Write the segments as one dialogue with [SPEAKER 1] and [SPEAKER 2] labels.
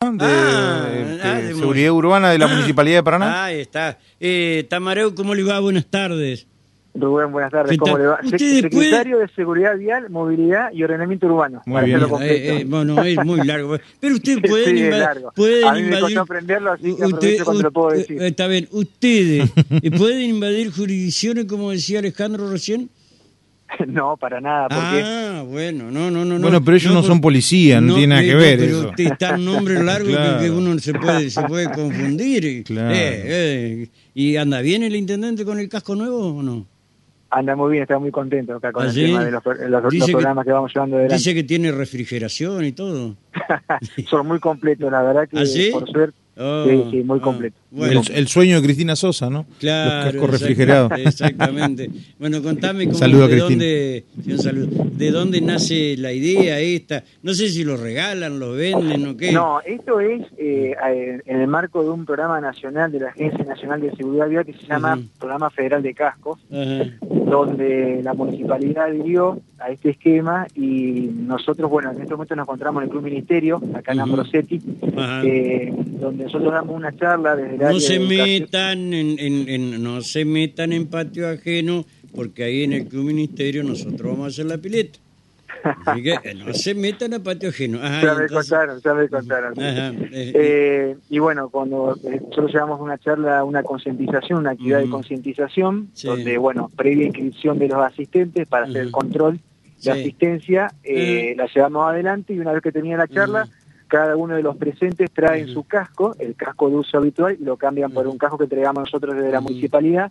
[SPEAKER 1] Paraná, de,
[SPEAKER 2] Ah,
[SPEAKER 1] de
[SPEAKER 2] ah, de
[SPEAKER 1] Seguridad Urbana de la Municipalidad de Paraná.
[SPEAKER 2] Ahí está. Eh, Tamareu, ¿cómo le va? Buenas tardes.
[SPEAKER 3] Rubén, buenas tardes.
[SPEAKER 2] ¿Qué
[SPEAKER 3] ¿Cómo
[SPEAKER 2] tal?
[SPEAKER 3] le va? Se-
[SPEAKER 2] ¿Ustedes
[SPEAKER 3] Secretario de Seguridad Vial, Movilidad y Ordenamiento Urbano.
[SPEAKER 1] Muy
[SPEAKER 3] para
[SPEAKER 1] bien.
[SPEAKER 3] hacerlo completo.
[SPEAKER 2] Eh, eh, bueno, es muy largo. Pero ustedes pueden,
[SPEAKER 3] Sí, es
[SPEAKER 2] inva-
[SPEAKER 3] largo.
[SPEAKER 2] pueden
[SPEAKER 3] A mí me
[SPEAKER 2] invadir...
[SPEAKER 3] costó aprenderlo, así que aprovecho
[SPEAKER 2] Usted-
[SPEAKER 3] cuando lo puedo
[SPEAKER 2] usted-
[SPEAKER 3] decir.
[SPEAKER 2] Está bien. Ustedes eh, pueden invadir jurisdicciones, como decía Alejandro recién.
[SPEAKER 3] No, para nada, porque
[SPEAKER 2] Ah, bueno, no, no, no. no.
[SPEAKER 1] Bueno, pero ellos no
[SPEAKER 2] por-
[SPEAKER 1] son policía, no tiene nada que
[SPEAKER 2] pero-
[SPEAKER 1] ver
[SPEAKER 2] pero
[SPEAKER 1] eso.
[SPEAKER 2] usted está un nombre largo que-
[SPEAKER 1] Claro.
[SPEAKER 2] que, uno se puede, se puede confundir.
[SPEAKER 1] Claro.
[SPEAKER 2] Eh, eh, ¿Y anda bien el intendente con el casco nuevo o no?
[SPEAKER 3] anda muy bien, está muy contento acá con
[SPEAKER 2] ¿Ah,
[SPEAKER 3] el
[SPEAKER 2] sí?
[SPEAKER 3] tema de los, los- los
[SPEAKER 2] Dice que-
[SPEAKER 3] programas que, vamos llevando adelante.
[SPEAKER 2] Dice que tiene refrigeración y todo.
[SPEAKER 3] Son muy completos, la verdad que
[SPEAKER 2] ¿Ah, sí?
[SPEAKER 3] por suerte,
[SPEAKER 2] Ah,
[SPEAKER 3] sí, sí, muy
[SPEAKER 2] ah,
[SPEAKER 3] completo.
[SPEAKER 2] bueno.
[SPEAKER 1] el, el sueño de Cristina Sosa, ¿no?
[SPEAKER 2] Claro.
[SPEAKER 1] Los cascos
[SPEAKER 2] exacta-
[SPEAKER 1] refrigerados.
[SPEAKER 2] Exactamente. Bueno, contame cómo,
[SPEAKER 1] Saludo a
[SPEAKER 2] de,
[SPEAKER 1] Cristina.
[SPEAKER 2] dónde, sí, un saludo. de dónde nace la idea esta. No sé si lo regalan, lo venden o qué.
[SPEAKER 3] No, esto es eh, eh, en el marco de un programa nacional de la Agencia Nacional de Seguridad Vial que se llama
[SPEAKER 2] Ujú.
[SPEAKER 3] Programa Federal de Cascos.
[SPEAKER 2] Ajá.
[SPEAKER 3] donde la municipalidad adhirió a este esquema y nosotros, bueno, en este momento nos encontramos en el Club Ministerio, acá en
[SPEAKER 2] Ujú.
[SPEAKER 3] Ambrosetti,
[SPEAKER 2] Ajá.
[SPEAKER 3] eh, donde nosotros damos una charla desde el área
[SPEAKER 2] Ah, No
[SPEAKER 3] de
[SPEAKER 2] se
[SPEAKER 3] educación.
[SPEAKER 2] metan en, en- en- no se metan en patio ajeno, porque ahí en el club ministerio nosotros vamos a hacer la pileta. Así que eh, no se metan a patio ajeno. Ajá,
[SPEAKER 3] Ya me
[SPEAKER 2] entonces-
[SPEAKER 3] contaron, ya me contaron.
[SPEAKER 2] Ajá, eh,
[SPEAKER 3] Eh, y bueno, cuando eh, nosotros llevamos una charla, una concientización, una actividad de
[SPEAKER 2] Ujú.
[SPEAKER 3] concientización,
[SPEAKER 2] Sí.
[SPEAKER 3] donde, bueno, previa inscripción de los asistentes para hacer el
[SPEAKER 2] Ujú.
[SPEAKER 3] control de
[SPEAKER 2] Sí.
[SPEAKER 3] asistencia, eh, la llevamos adelante y una vez que termina la charla,
[SPEAKER 2] Ujú.
[SPEAKER 3] cada uno de los presentes trae en
[SPEAKER 2] Ujú.
[SPEAKER 3] su casco, el casco de uso habitual, y lo cambian por
[SPEAKER 2] Ujú.
[SPEAKER 3] un casco que entregamos nosotros desde la
[SPEAKER 2] Ujú.
[SPEAKER 3] municipalidad,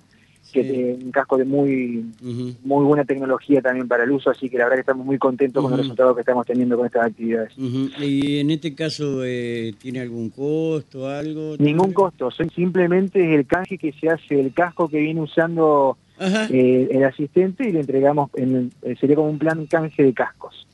[SPEAKER 3] que
[SPEAKER 2] Sí.
[SPEAKER 3] es un casco de muy
[SPEAKER 2] eh, ujú.
[SPEAKER 3] muy buena tecnología también para el uso, así que la verdad que estamos muy contentos con
[SPEAKER 2] Ujú.
[SPEAKER 3] los resultados que estamos teniendo con estas actividades.
[SPEAKER 2] Ujú. Y en este caso, eh, ¿tiene algún costo, algo?
[SPEAKER 3] Ningún costo, soy- simplemente es el canje que se hace, el casco que viene usando
[SPEAKER 2] Ajá.
[SPEAKER 3] eh, el asistente y le entregamos, en el- eh, sería como un plan canje de cascos.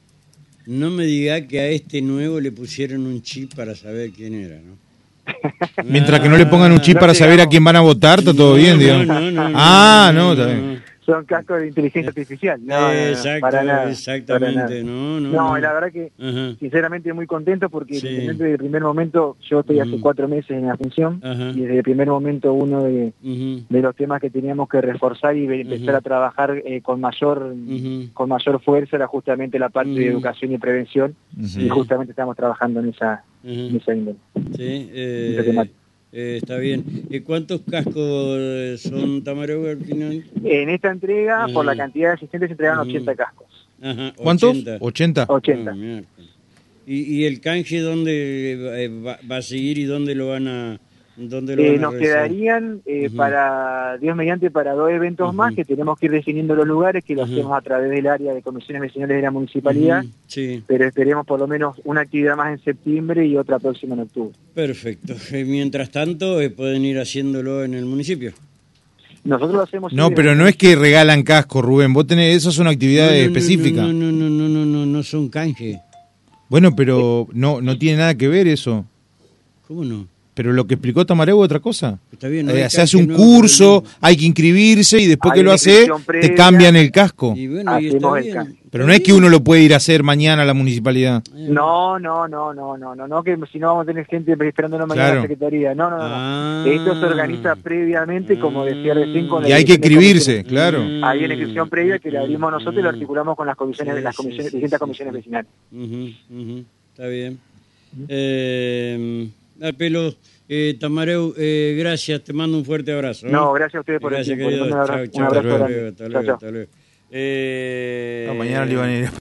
[SPEAKER 2] No me diga que a este nuevo le pusieron un chip para saber quién era, ¿no? Ah,
[SPEAKER 1] Mientras que no le pongan un chip
[SPEAKER 3] no
[SPEAKER 1] para saber a
[SPEAKER 3] llegamos.
[SPEAKER 1] quién van a votar, está todo
[SPEAKER 2] No,
[SPEAKER 1] bien,
[SPEAKER 2] no,
[SPEAKER 1] digamos.
[SPEAKER 2] no, no, no,
[SPEAKER 1] Ah, no,
[SPEAKER 2] no,
[SPEAKER 1] está
[SPEAKER 2] no.
[SPEAKER 1] bien.
[SPEAKER 3] Son cascos de inteligencia artificial, no, no, no,
[SPEAKER 2] Exacto,
[SPEAKER 3] para nada.
[SPEAKER 2] exactamente,
[SPEAKER 3] para nada.
[SPEAKER 2] no, no, no.
[SPEAKER 3] la verdad que
[SPEAKER 2] Ajá.
[SPEAKER 3] sinceramente muy contento porque
[SPEAKER 2] Sí.
[SPEAKER 3] desde el primer momento, yo estoy hace
[SPEAKER 2] Mm.
[SPEAKER 3] cuatro meses en la función
[SPEAKER 2] Ajá.
[SPEAKER 3] y desde el primer momento uno de,
[SPEAKER 2] Ujú,
[SPEAKER 3] de los temas que teníamos que reforzar y ve- empezar
[SPEAKER 2] Ujú.
[SPEAKER 3] a trabajar eh, con mayor
[SPEAKER 2] ujú.
[SPEAKER 3] con mayor fuerza era justamente la parte de
[SPEAKER 2] Ujú.
[SPEAKER 3] educación y prevención
[SPEAKER 2] Sí.
[SPEAKER 3] y justamente estamos trabajando en esa, en
[SPEAKER 2] Ajá.
[SPEAKER 3] esa índole.
[SPEAKER 2] Sí, eh,
[SPEAKER 3] Impresionante.
[SPEAKER 2] eh, está bien. Eh, ¿Cuántos cascos eh, son Tamarego al final?
[SPEAKER 3] En esta entrega,
[SPEAKER 2] Ujú.
[SPEAKER 3] por la cantidad de asistentes, se entregaron
[SPEAKER 2] Ujú.
[SPEAKER 3] 80 cascos.
[SPEAKER 2] Ajá,
[SPEAKER 1] ¿Cuántos?
[SPEAKER 2] 80.
[SPEAKER 1] 80.
[SPEAKER 2] Ah,
[SPEAKER 3] 80.
[SPEAKER 2] miércoles. ¿Y, y el canje dónde eh, va, va a seguir y dónde lo van a dónde lo
[SPEAKER 3] Eh,
[SPEAKER 2] van a
[SPEAKER 3] nos
[SPEAKER 2] realizar?
[SPEAKER 3] quedarían eh,
[SPEAKER 2] Ujú.
[SPEAKER 3] para, Dios mediante, para dos eventos
[SPEAKER 2] Ujú.
[SPEAKER 3] más que tenemos que ir definiendo los lugares, que los
[SPEAKER 2] Ujú.
[SPEAKER 3] hacemos a través del área de comisiones vecinales de la municipalidad,
[SPEAKER 2] Ujú, Sí.
[SPEAKER 3] pero esperemos por lo menos una actividad más en septiembre y otra próxima en octubre.
[SPEAKER 2] Perfecto. Eh, mientras tanto, eh, pueden ir haciéndolo en el municipio.
[SPEAKER 3] Nosotros lo hacemos...
[SPEAKER 1] No,
[SPEAKER 3] siempre.
[SPEAKER 1] pero no es que regalan casco, Rubén. Vos tenés, esas son actividades
[SPEAKER 2] No, no, no,
[SPEAKER 1] específicas.
[SPEAKER 2] No, no, no, no, no, no, no son canje.
[SPEAKER 1] Bueno, pero no, no tiene nada que ver eso.
[SPEAKER 2] ¿Cómo no?
[SPEAKER 1] Pero lo que explicó Tamarego es otra cosa.
[SPEAKER 2] Está bien, no
[SPEAKER 1] Eh,
[SPEAKER 2] hay
[SPEAKER 1] se hace
[SPEAKER 2] canje,
[SPEAKER 1] un
[SPEAKER 2] no,
[SPEAKER 1] curso,
[SPEAKER 2] pero
[SPEAKER 1] hay que inscribirse y después
[SPEAKER 3] Hay
[SPEAKER 1] que lo
[SPEAKER 3] una
[SPEAKER 1] hace,
[SPEAKER 3] inscripción
[SPEAKER 1] te
[SPEAKER 3] previa.
[SPEAKER 1] cambian el casco.
[SPEAKER 2] Y bueno, y está
[SPEAKER 3] Hacemos el
[SPEAKER 2] bien.
[SPEAKER 3] canje.
[SPEAKER 2] está
[SPEAKER 1] Pero no es que
[SPEAKER 2] bien.
[SPEAKER 1] uno lo puede ir a hacer mañana a la municipalidad.
[SPEAKER 3] No, no, no, no, no, no, no, que si no vamos a tener gente esperándonos mañana en
[SPEAKER 1] Claro.
[SPEAKER 3] la Secretaría. No, no, no. no.
[SPEAKER 2] Ah.
[SPEAKER 3] Esto se organiza previamente, como decía recién, con la
[SPEAKER 1] Mm. Y hay que
[SPEAKER 3] dirección de
[SPEAKER 1] inscribirse,
[SPEAKER 3] comisiones.
[SPEAKER 1] claro.
[SPEAKER 3] Hay una inscripción previa que la abrimos nosotros y la
[SPEAKER 2] lo
[SPEAKER 3] articulamos con las comisiones,
[SPEAKER 2] Sí,
[SPEAKER 3] las
[SPEAKER 2] sí,
[SPEAKER 3] comisiones,
[SPEAKER 2] sí,
[SPEAKER 3] distintas
[SPEAKER 2] sí,
[SPEAKER 3] comisiones
[SPEAKER 2] sí.
[SPEAKER 3] vecinales.
[SPEAKER 2] Ujú, ujú, está bien. Eh, al pelo, eh, Tamareu, eh, gracias, te mando un fuerte abrazo. ¿eh?
[SPEAKER 3] No, gracias a ustedes por el
[SPEAKER 2] Gracias,
[SPEAKER 3] tiempo. Les
[SPEAKER 2] querido.
[SPEAKER 3] mando un
[SPEAKER 2] Chao,
[SPEAKER 3] abrazo,
[SPEAKER 2] chao.
[SPEAKER 3] un
[SPEAKER 2] Hasta
[SPEAKER 3] abrazo
[SPEAKER 2] luego,
[SPEAKER 3] grande.
[SPEAKER 2] hasta
[SPEAKER 3] Chao,
[SPEAKER 2] luego,
[SPEAKER 3] chao.
[SPEAKER 2] hasta luego. Eh,
[SPEAKER 1] No, mañana le iban a ir a